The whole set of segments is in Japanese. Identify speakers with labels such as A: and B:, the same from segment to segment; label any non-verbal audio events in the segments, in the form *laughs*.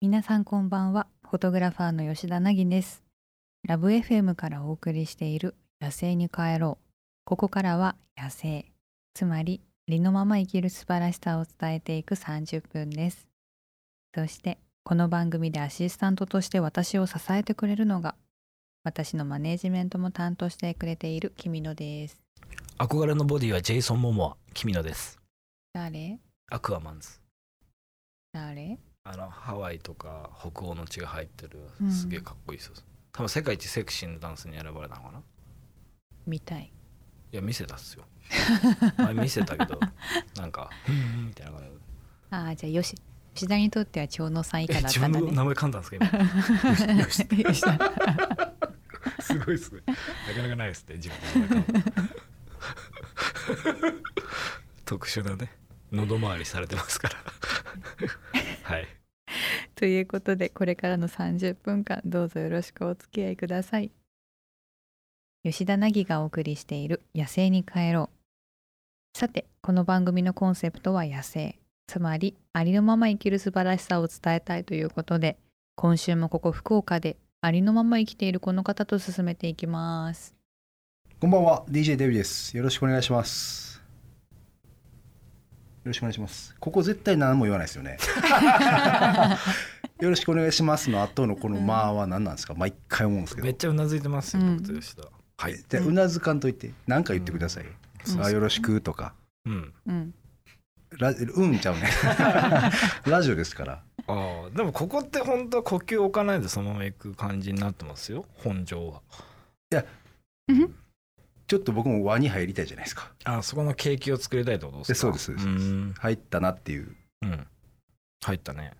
A: 皆さんこんばんはフォトグラファーの吉田凪ですラブ FM からお送りしている野生に帰ろうここからは野生つまりありのまま生きる素晴らしさを伝えていく30分ですそしてこの番組でアシスタントとして私を支えてくれるのが私のマネージメントも担当してくれている君野です
B: 憧れのボディはジェイソン・モモア君のです
A: 誰
B: アクアマンズ
A: 誰
B: あのハワイとか北欧の血が入ってる
A: うん
B: すげえかっこいいです、多分世界一セクシーなダンスに選ばれたのかない
A: 見たい *laughs*
B: や見せたっ *laughs* すよ前見せたけどなんか「うんうん」みたいな感じで
A: ああじゃあよし吉田にとっては長野さん以下
B: え
A: だっ
B: 自
A: たんだ
B: 分
A: ね *laughs*
B: の名前噛んだんですか今 *laughs* よしよしすごいっすねなかなかないですね自分の名前噛む特殊なね喉回りされてます *laughs* からはい
A: ということでこれからの30分間どうぞよろしくお付き合いください吉田凪がお送りしている「野生に帰ろう」さてこの番組のコンセプトは「野生」つまりありのまま生きる素晴らしさを伝えたいということで今週もここ福岡でありのまま生きているこの方と進めていきます
C: こんばんは、DJ デビです。よろしくお願いします。よろしくお願いします。ここ絶対何も言わないです
B: *laughs*
C: よね。よろしくお願いしますの後のこの間は何なんですか。毎回思うんですけ
B: めっ
C: ど。
B: ちゃうなずいてますよ、
A: うん
B: 僕と吉田。はい。
C: じゃあうなずかんといて、何か言ってくださいよ。
B: そう
C: あ、
B: そう
C: よろしくとか。
B: うん。
A: うん
C: ラうんちゃう
B: *laughs*
C: ね。ラジオですから。
B: ああ、でもここって本当は呼吸置かないでそのまま行く感じになってますよ、本上は。
C: ちょっと僕も輪に入りたいじゃないですか。
B: あそこの景気を作りたいってことですか
C: えそうですそうです
B: うーん。
C: 入ったなっ
B: *laughs*
C: ていう。
B: うん。入ったね。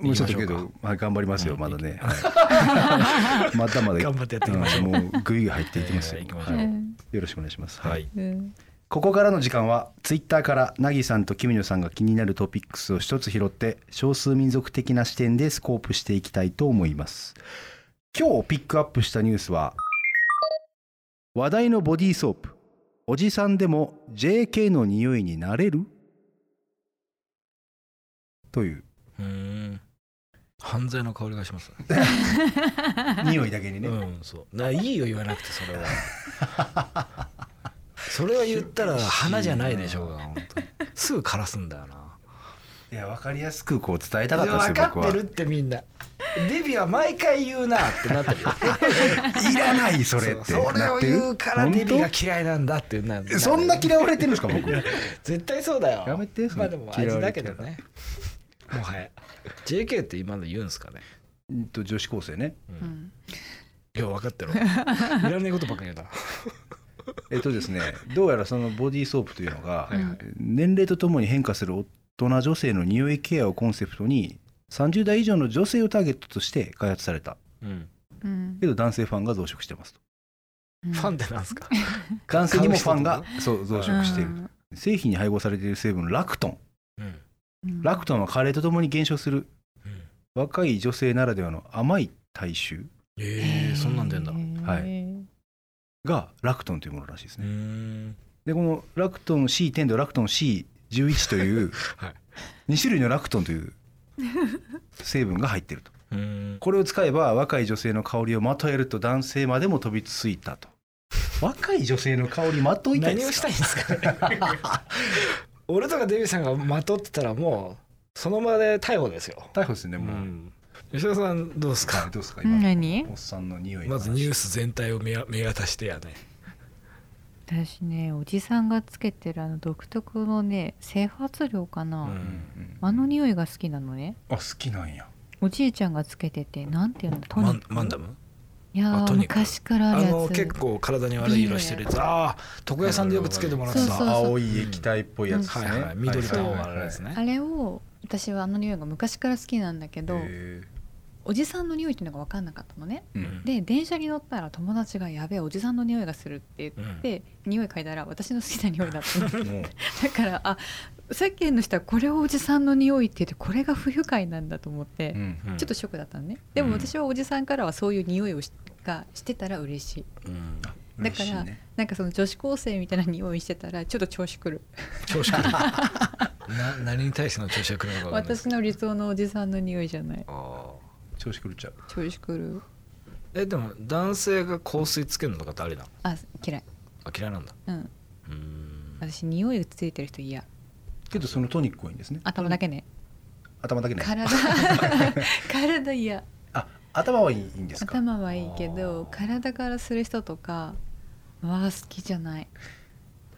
C: もうちょっと
B: 行
C: け
B: きましょ
C: ど、はい、頑張りますよ。まだ
B: *laughs*
C: ね。
B: うん
C: はいまだまだ。
B: 頑張ってやっていきましょ
C: うん
B: う。
C: もうぐいぐい入っていきますよ。
B: えー行きましょ
C: は
B: う
C: い
A: ん
C: よろしくお願いします。
B: は。い。
A: うん
C: ここからの時間はツイッターからなぎさんとキミノさんが気になるトピックスを一つ拾って少数民族的な視点でスコープしていきたいと思います。今日ピックアップしたニュースは話題のボディーソープおじさんでも JK の匂いになれるという
B: *laughs* うーん。犯罪の香りがしますね。
C: 匂いだけにね、
B: うん、そう。ないいよ、言わなくて、それは。
C: *laughs*
B: それは言ったら花じゃないでしょうが、本当にすぐ枯らすんだよな。
C: いや分かりやすくこう伝えたかった
B: 分
C: ですよ
B: か
C: 僕
B: っ
C: は
B: てるってみんなデビは毎回言うなってなってるよ
C: いらないそれって
B: そうそれ
C: な
B: を
C: ってる
B: 言うからデビが嫌いなんだってな
C: 本当そんな嫌われてるんですか僕
B: 絶対そうだよ
C: やめてそ
B: ま
C: の
B: あでも味だけどねもはや JK って今の言うんすかね
C: うんと女子高生ね。
A: うん
B: いや分か *laughs* ってるいらないことばっかり言うな
C: えっとですね、どうやらそのボディーソープというのが
B: はいはい
C: 年齢とともに変化する大人女性の匂いケアをコンセプトに30代以上の女性をターゲットとして開発された
B: うん
A: うん
C: けど男性ファンが増殖してますと
B: ファンってなんすか
C: 男性にもファン
B: 買う
C: が
B: 人
C: そう増殖している製品に配合されている成分ラクトン
B: うん
A: うん
C: ラクトンは加齢とともに減少する
B: うん
C: 若い女性ならではの甘い体臭
B: えーそんなん出んだう
C: はい
A: い
C: がラクトンというものらしいです
B: ー
C: ね
B: ん
C: でこのラクトン C10 とラクトン C11 という
B: はい
C: 2種類のラクトンという成分が入っていると
B: うーん
C: これを使えば若い女性の香りをまとえると男性までも飛びついたと若い女性の香りまといたいで
B: 何を
C: す
B: し
C: か
B: たいんですかね俺とかデビさんがまとってたらもうその場で逮捕ですよ
C: 逮捕ですね
B: う
C: もう、
B: ん吉田さんどうです
C: はい
B: か
C: どうですか
A: うん
C: 今
A: 何
C: おっさんの匂い
B: まずニュー
C: ス
B: ス全体を目目渡してやね
A: 私ねおじさんがつけてるあの独特のね整髪量かな、
B: うん
A: あの匂いが好きなのね
C: あ好きなんや
A: おじいちゃんがつけててなんていうのトニ
B: マ
A: ッ
B: ン
A: ク
B: マンダム
A: いや
B: あ
A: ー
B: トニック
A: 昔からあ
B: あ
A: るや
B: の
A: つ
B: 結構体に悪い色してるやつああ床屋さんでよくつけてもらって
A: そうそう
B: た
A: そう
C: 青い液体っぽいやつです
B: はい
C: ね、
B: はい緑と
C: は
B: 青
C: い
B: があるやつね
A: あれを私はあの匂いが昔から好きなんだけど、
C: へ
A: おじさんの匂いっていうのが分かんなかったのね
C: ーう
B: うん
C: ん
A: で電車に乗ったら友達が「やべえおじさんの匂いがする」って言って、匂い嗅いだら私の好きな匂いだったの
C: もう
A: だからあ世間の人はこれをおじさんの匂いって言ってこれが不愉快なんだと思って、
C: うん
B: うん
A: ちょっとショックだったのねでも私はおじさんからはそういう匂いをしがしてたら嬉しい
B: うん
A: だから
C: 嬉しいね
A: なんかその女子高生みたいな匂いしてたらちょっと調子くる
B: 調子くる *laughs* な何に対しての注釈なのかわかんないです
A: 私の理想のおじさんの匂いじゃない
B: あー
C: 調子狂っちゃう
A: 調子狂う
B: えでも男性が香水つけるのとかってありなの
A: あ嫌い
B: あ嫌いなんだ
A: うん
B: うーん
A: 私匂いついてる人嫌
C: けどそのトニックはいいんですね
A: 頭だけね
C: 頭だけね
B: *laughs*
A: 体体嫌
C: あ頭はいいんですか
A: 頭はいいけど
C: あー
A: 体からする人とかは好きじゃない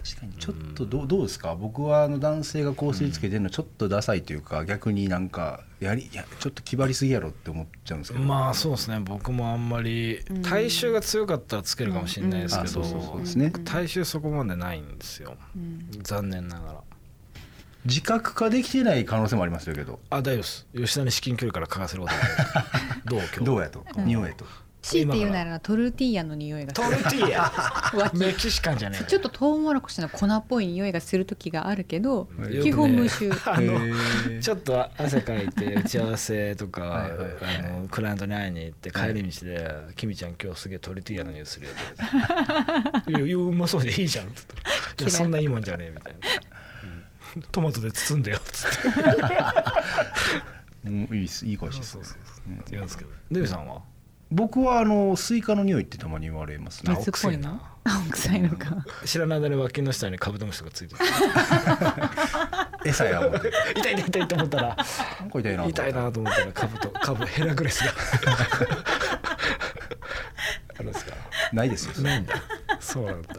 C: 確かにちょっとどうどうですか僕はあの男性が香水つけてるのちょっとダサいというか、逆になんかやりいやちょっと気張りすぎやろって思っちゃうんですけど
B: まあそうですね僕もあんまり
A: うん
B: 体臭が強かったらつけるかもしれないですけど、
C: うんうんあそうそうそうですね
A: ん
B: 体臭そこまでないんですよ
A: うん
B: 残念ながら
C: 自覚化できてない可能性もありますよけど
B: あ大丈夫です吉田に至近距離から嗅がせることはないどう今
C: *laughs*
B: 日
C: どうやと
A: うん
C: 匂いやと、
A: 強いて言うならトルティーヤの匂いがす
B: ト
A: る
B: ルティーヤ
A: *laughs* わ
B: メキシカンじゃねえ
A: ちょっとトウモロコシの粉っぽい匂いがする時があるけど
C: うん
B: よくね
A: 基本無臭
B: あ
C: へ
B: の
C: ー
B: ちょっと汗かいて打ち合わせとか
C: はいはいはい
B: あのクライアントに会いに行って帰り道で「キミちゃん今日すげえトルティーヤの匂いするよ」って「いやいやうまそうでいいじゃん」って言ったら「
A: 嫌
B: い
A: い
B: やそんないいもんじゃねえ」みたいなうん。トマトで包んでよっつって
C: うんいいっすいい香りです
B: そう
C: ね
B: そうそう
C: うん
B: 言うんですけどデビさんは
C: 僕はあのスイカの匂いってたまに言われますね
A: 水っぽいの青臭いのか
B: 知らない間に脇の下にカブトムシとかついてる
C: 餌や思って
B: 痛い痛い痛いと思ったら
C: なんか痛いなと思って
B: 痛いなと思ったらカ *laughs* ブとカブヘラクレスがあるんですか
C: ないですよそれ
B: ないんだそうなんだ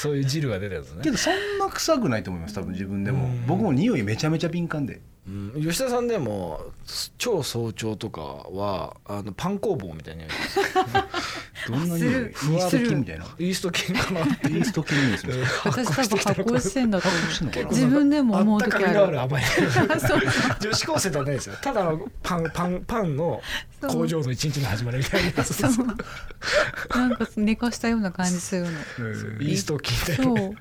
B: そういう汁が出てるんですね
C: けどそんな臭くないと思います多分自分でも
B: うん
C: 僕も匂いめちゃめちゃ敏感で
B: うん吉田さんでも超早朝とかはあのパン工房みたいな匂いです
C: どんな匂いイ
A: する
C: ースト菌みたいな
B: イースト菌かなって
C: イースト菌の匂いするんですか
A: 私多
B: *laughs*
A: 分発酵してんだと思
C: してんのか
A: う
C: な
A: 自分でも思う
B: あった
A: 時
B: か
A: あ
B: みのあ
A: る
B: る甘い
A: そう
B: 女子高生ではないですよただのパンパンパンの
A: そう
B: 工場の一日の始まりみたいなやつ
A: そうなんか寝かしたような感じするの
C: うん
B: イースト菌で
A: そう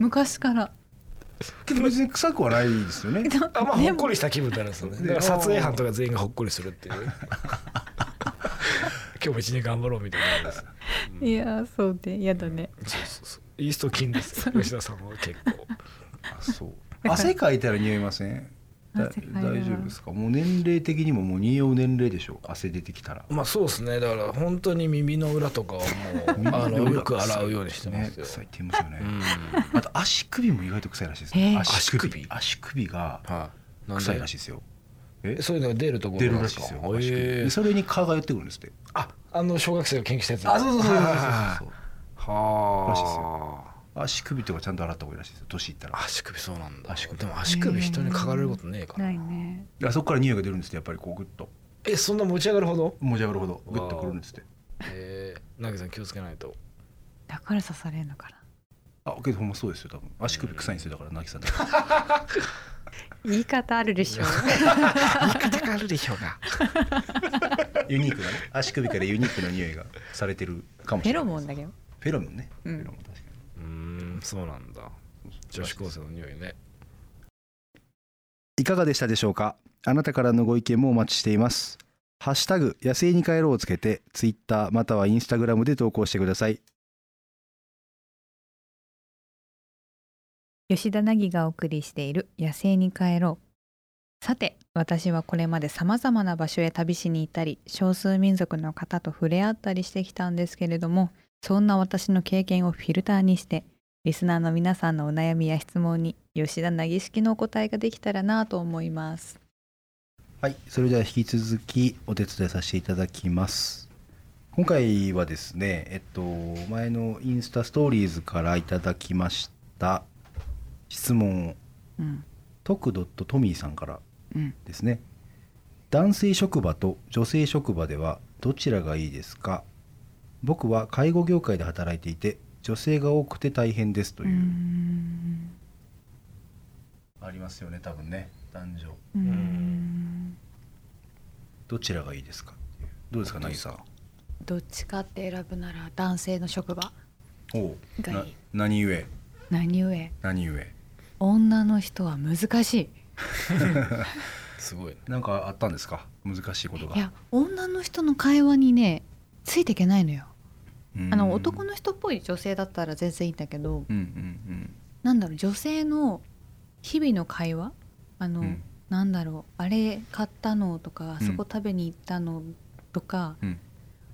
A: 昔から
C: けど別に臭くはないですよね
B: あまあほ
A: で
B: っ
A: も
B: こりした気分になるんですよねだから撮影班とか全員がほっこりするって
C: *laughs*
B: いう今日も一日頑張ろうみたいな感じです
A: いやーそうで嫌だね
B: そうそうそうイースト菌です吉田さんは結構
C: あそう汗かいたら匂いませんだ
A: 汗かいたら
C: 大丈夫ですかもう年齢的にももう匂う年齢でしょ汗出てきたら
B: まあそうですねだから本当に耳の裏とかはもうあのよく洗うようにしてます
C: ね
B: よ、
C: 臭いって言いますよね、
B: うん
C: あと足首も意外と臭いらしいです
A: へ
C: ね
A: ー
B: 足首
C: 足首が
B: はいなんで
C: 臭いらしいですよえ
B: そういうのが出るとこ
C: 出
B: ろ
C: る
B: なん
C: ら
B: で
C: しい
B: すか
C: ですよ
B: へ
C: 足首
B: え
C: でそれに蚊が寄ってくるんですって
B: ああの小学生が研究したやつ
C: はいはい
B: は
C: は
B: い
C: いはい
B: はい
C: そう
B: はあ
C: らしいです *laughs* 足首とかちゃんと洗った方がいいらしいですよ年いったら
B: 足首そうなんだ
C: 足首
B: でも足首人にかかれることねえから
A: ないね
C: あそこから匂いが出るんですってやっぱりこうグッと
B: えそんな持ち上がるほど
C: 持ち上がるほどグッとくるんですって
B: ええなぎさん気をつけないと
A: だから刺されるのか
C: あけどほんまそうですよ多分足首臭いんですよだからなぎさんだから
A: な言い方あるでし *laughs* ょ
B: かかるでしょうが
C: ユニークなね足首からユニークな匂いがされてるかも
A: フェ
C: しれない
A: ロモンだけど
C: フェロモンね、
A: うん
C: フェロモン確かに
B: うーんそうなんだ女子高生の匂いね
C: いかがでしたでしょうかあなたからのご意見もお待ちしています。ハッシュタグ野生に帰ろうをつけて、ツイッターまたはインスタグラムで投稿してください。
A: 吉田凪がお送りしている「野生に帰ろう」さて私はこれまでさまざまな場所へ旅しに行ったり少数民族の方と触れ合ったりしてきたんですけれどもそんな私の経験をフィルターにしてリスナーの皆さんのお悩みや質問に吉田凪式のお答えができたらなと思います。
C: はい、それでは引き続きお手伝いさせていただきます。今回はですね、えっと、前のインスタストーリーズからいただきました質問を、
A: うん
C: トクドットトミーさんから
A: うん、
C: ですね男性職場と女性職場ではどちらがいいですか僕は介護業界で働いていて女性が多くて大変ですと
A: と
C: いう、
A: ん
C: ありますよね多分ね男女
A: う
B: うん
C: どちらがいいですかっていうどうですか
B: どうで
C: 凪
B: す
C: さ
B: か
C: ん
A: どっちかって選ぶなら男性の職場
C: おう
A: が
C: ない
A: い
C: 何故
A: 何故
C: 何故
A: 女の人は難しい。
B: すごいね
C: なんかあったんですか難しいことが
A: いや女の人の会話にねついていけないのよあの男
C: の
A: の人っぽい女性だったら全然いいんだけど
C: うんうん
A: なんだろう女性の日々の会話あの、
C: うん
A: なんだろうあれ買ったのとかあそこ食べに行ったのとか、
C: うん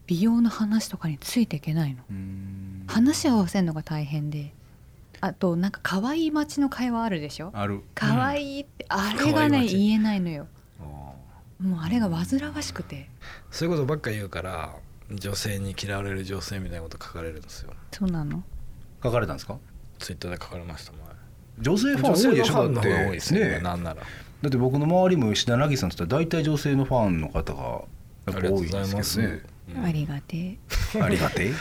A: 美容の話とかについていけないの
C: うん
A: 話し合わせるのが大変であとなんか可愛い街の会話あるでしょ
C: ある
A: 可愛いって、あれが
B: 可愛い
A: ね
B: 街
A: 言えないのよ
C: あ
A: もうあれが煩わしくて
B: そういうことばっか言うから女性に嫌われる女性みたいなこと書かれるんですよ
A: そうなの
C: ー書かれたんですか
B: ツイッターで書かれましたもん
C: 女性ファン
B: 女性
C: 多いで
B: の
C: し
B: フ
C: ょ
B: ァンの方
C: だって
B: が多いですね
C: ね
B: なんなら
C: だって僕の周りも吉田凪さんって言ったら大体女性のファンの方がやっぱ多いですけどね
B: うん
A: ありがてえ
C: ありがてえ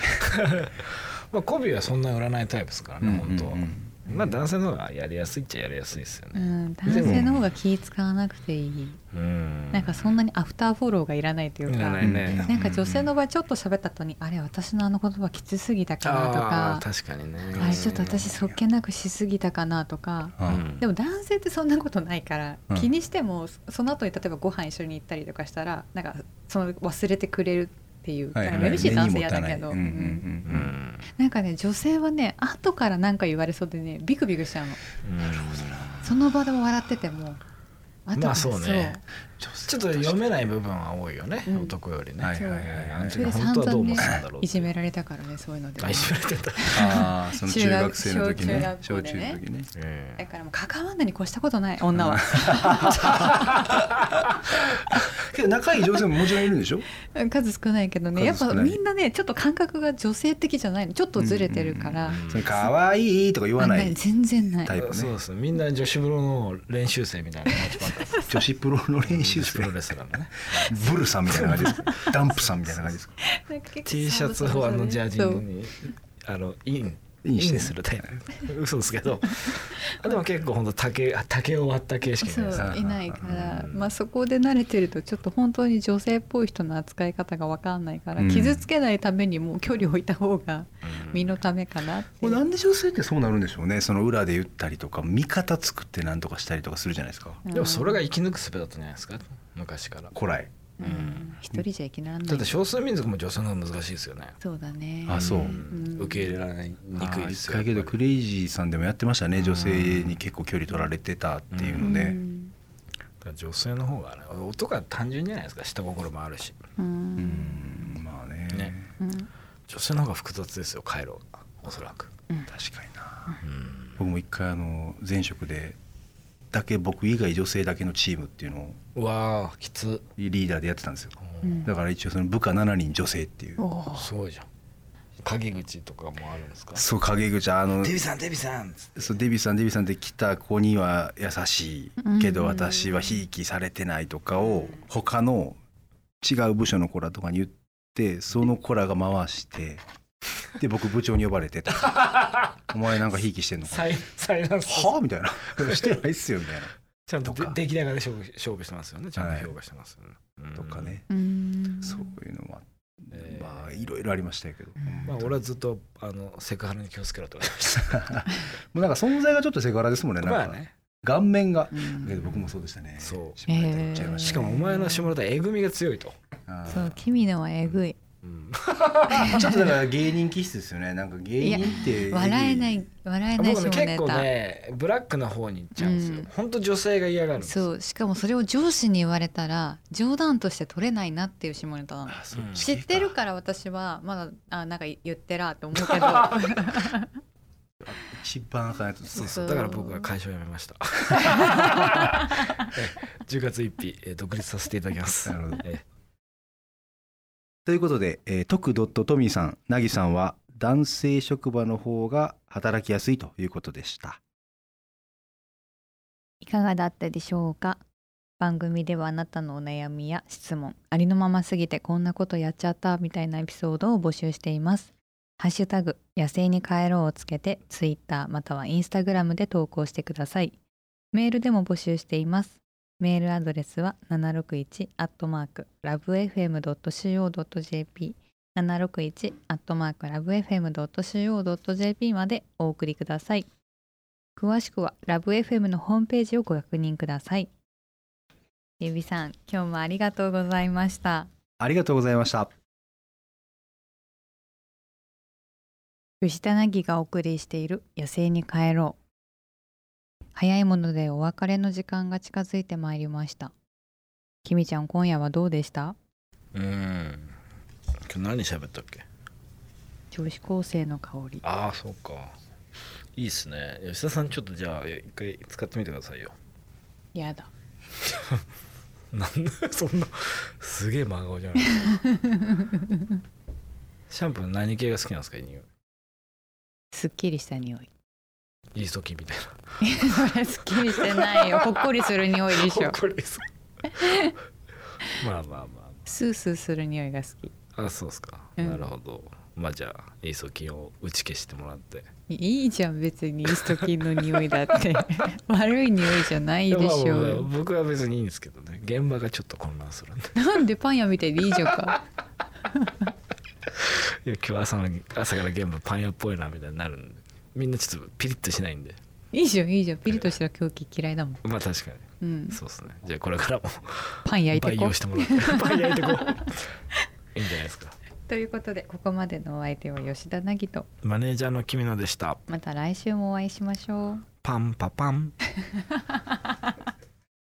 B: まあコビはそんな占いタイプですからね本当は
C: うんうん
B: まあ男性の方がやりやすいっちゃやりやすいですよ
A: う
B: ね
A: ん男性の方が気使わなくていい
B: うん
A: なんかそんなにアフターフォローがいらないというか
B: いらな
C: う
B: い
C: ん
B: ね
A: なんか女性の場合ちょっと喋った後にあれ私のあの言葉きつすぎたかなと
B: あ
A: か
B: ー確かにね
A: あれちょっと私そっけなくしすぎたかなとか
C: あ
B: うん
A: でも男性ってそんなことないから、
C: うん
A: 気にしてもそその後に例えばご飯一緒に行ったりとかしたらなんかその忘れてくれるっていう、
C: はいはい
A: なんか嬉しい男性嫌だけど、
C: 根に持た
A: う
C: ない
A: ん
B: う
C: うんうんうん
B: ん
A: なんかね女性はね後から何か言われそうでねビクビクしちゃうの
B: なるほど
A: その場で笑ってても後から
B: まあそうねちょっと読めない部分は多いよね、
A: うん
B: 男よりね、
C: はい
A: そう
C: はいはい
B: あの
A: それ
B: 時
A: で
B: 本
A: 散
B: 当はどう思
A: 々
B: ってたんだ
A: ね
B: ろう
A: いじめ
B: ら
A: られたからねそういうので
B: あいじめられてた、
C: ああその中学生の時
A: 中
C: ね
A: 学
C: 小
A: 小
C: 中
A: 中
C: の
A: 学
C: 時ね
A: だからもう関わんなに越したことない女は *laughs*
C: けど仲いい女性ももちろんいるんでしょ
A: 数少ないけどねやっ
C: 数少
A: ぱ
C: ない
A: みんなねちょっと感覚が女性的じゃないのちょっとずれてるから、
B: うん
C: それ可愛いとか言わな
A: あんまり
C: い
A: 全然ない
C: タイプね
B: そうですねみんな女子風呂の練習生みたいな感じばっかりです
C: 女子プロの練習
B: 女子
C: 生
B: プロレスラーのね
C: ブルさんみたいな感
B: *laughs*
C: じですかダンプさんみたいな感じですか
B: T シャツをあのジャージ
A: そう
B: にあのイン
C: インしてね
B: するタイプ嘘ですけどあでも結構本当竹竹を割った形式
A: そ
B: でさ *laughs*
A: ういないから、
B: うん
A: まあ、そこで慣れてるとちょっと本当に女性っぽい人の扱い方が分かんないから、
C: うん
A: 傷つけないためにもう距離を置いた方が
B: うん
A: 身のためかなって
C: これなんで女性ってそうなるんでしょうねその裏で言ったりとか味方作って何とかしたりとかするじゃないですか
A: うん
B: でもそれが生き抜く術だったんじゃないですか昔から
C: 古来
A: うん
B: うん
A: 一人じゃ生きられな
B: だっ
A: い
B: て少数民族も女性の方が難しいですよね
A: そうだね
C: あそうん
B: 受け入れられにくいですよ
C: だけど
B: やっぱ
C: クレイジーさんでもやってましたね女性に結構距離取られてたっていうので、
A: うん
B: り女性の方がね男は単純じゃないですか下心もあるし
A: う
C: うんんまあね
B: ね
A: うん
B: 女性の方が複雑ですよ回路がおそらく
C: 確かにな
B: うん
C: 僕も一回あの前職でだけ僕以外女性だけのチームっていうのを
B: うわーきつ
C: リーダーでやってたんですよ
A: うん
C: だから一応その部下7人女性っていう
A: おー
B: すごいじゃん鍵口とかもあるんですか
C: そう陰口あの
B: デビさんデビさんつって
C: そうデビさんデビさんって来た子には優しいけど私はひいきされてないとかを他の違う部署の子らとかに言ってその子らが回してで僕部長に呼ばれてた
B: *laughs*
C: 「お前なんかひいきしてんのか?」
B: サイサイランス
C: はあみたいな *laughs* 「してないっすよ」みたいな
B: ちゃんと
C: とか
B: で出来ながら勝負勝負してますよねちゃん
C: はい
B: と評価してますよねうん
C: とかね
A: うん
C: そういうのもあって
B: えー
C: まあいろいろありましたけど
B: まあ俺はずっとあのセクハラに気をつけろと思いまし
C: もうなんか存在がちょっとセクハラですもんね
B: た
C: な
B: まあ
C: んか
B: ね
C: 顔面が
A: うん
C: だけど僕もそうでしたね
B: そう
C: 下ネタ言っちゃいまし
B: したかもお前の下ネタえぐみが強いと、
C: あー
A: そう君のはえぐい
B: うん
C: ちょっとだから芸人気質ですよね。なんか芸人って
A: 笑えない笑えない下
B: 僕ね
A: ネ
B: 結構
A: タ、
B: ねブラックな方に行っちゃうんですよ、
A: うん
B: ほんと女性が嫌がるんですよ
A: そうしかもそれを上司に言われたら冗談として取れないなっていう下ネタなの
C: あそっ
A: 知
C: ち系
A: ってるから私はまだあなんか言ってらと思うけど
C: 一番あかんやつ。
B: そう
A: そ
B: そううだから僕は会社を辞めましたえ10月1日え独立させていただきます
C: なるほど
B: え
C: ということで、えー、トクドットトミーさん、ナギさんは男性職場の方が働きやすいということでした。
A: いかがだったでしょうか番組ではあなたのお悩みや質問ありのまますぎてこんなことやっちゃったみたいなエピソードを募集していますハッシュタグ野生に帰ろうをつけてツイッターまたはインスタグラムで投稿してくださいメールでも募集していますメールアドレスは761アットマークラブ FM.co.jp 761アットマークラブ FM.co.jp までお送りください詳しくはラブ f m のホームページをご確認くださいゆびさん今日もありがとうございました
C: ありがとうございました。
A: 吉田凪がお送りしている野生に帰ろう早いものでお別れの時間が近づいてまいりましたきみちゃん今夜はどうでした
B: うん今日何喋ったっけ
A: 女子高生の香り
B: ああそうかいいっすね吉田さんちょっとじゃあえ一回使ってみてくださいよ
A: やだ
B: なんだそんなすげえ真顔じゃないシャンプー何系が好きなんですか匂い
A: すっきりした匂い
B: イーソキみたいな
A: それすっきりしてないよほっこりする匂いで
B: *laughs*
A: しょ
B: これですまあまあま
A: スースーする匂いが好き
B: ああそうっすか、
A: うん
B: なるほどまあじゃあイーソキを打ち消してもらって
A: いいじゃん別にイースト菌の匂いだって
B: *laughs*
A: 悪い匂いじゃないでしょう
B: まあまあまあ
A: よ
B: 僕は別にいいんですけどね現場がちょっと混乱するんで
A: なんでパン屋みたいでいいじゃんか
B: いや今日朝の朝から現場パン屋っぽいなみたいになるんでみんなちょっとピリッとしないんで
A: いいじゃんいいじゃんピリッとした狂気嫌いだもん、
B: まあ確かに
A: うん、
B: そうですねじゃあこれからも
A: パン焼いて
B: 培
A: こ
B: 養してもらって *laughs* 培養してこういいんじゃないですか
A: ということでここまでのお相手は吉田凪と
B: マネージャーの君のでした
A: また来週もお会いしましょう
B: パンパパン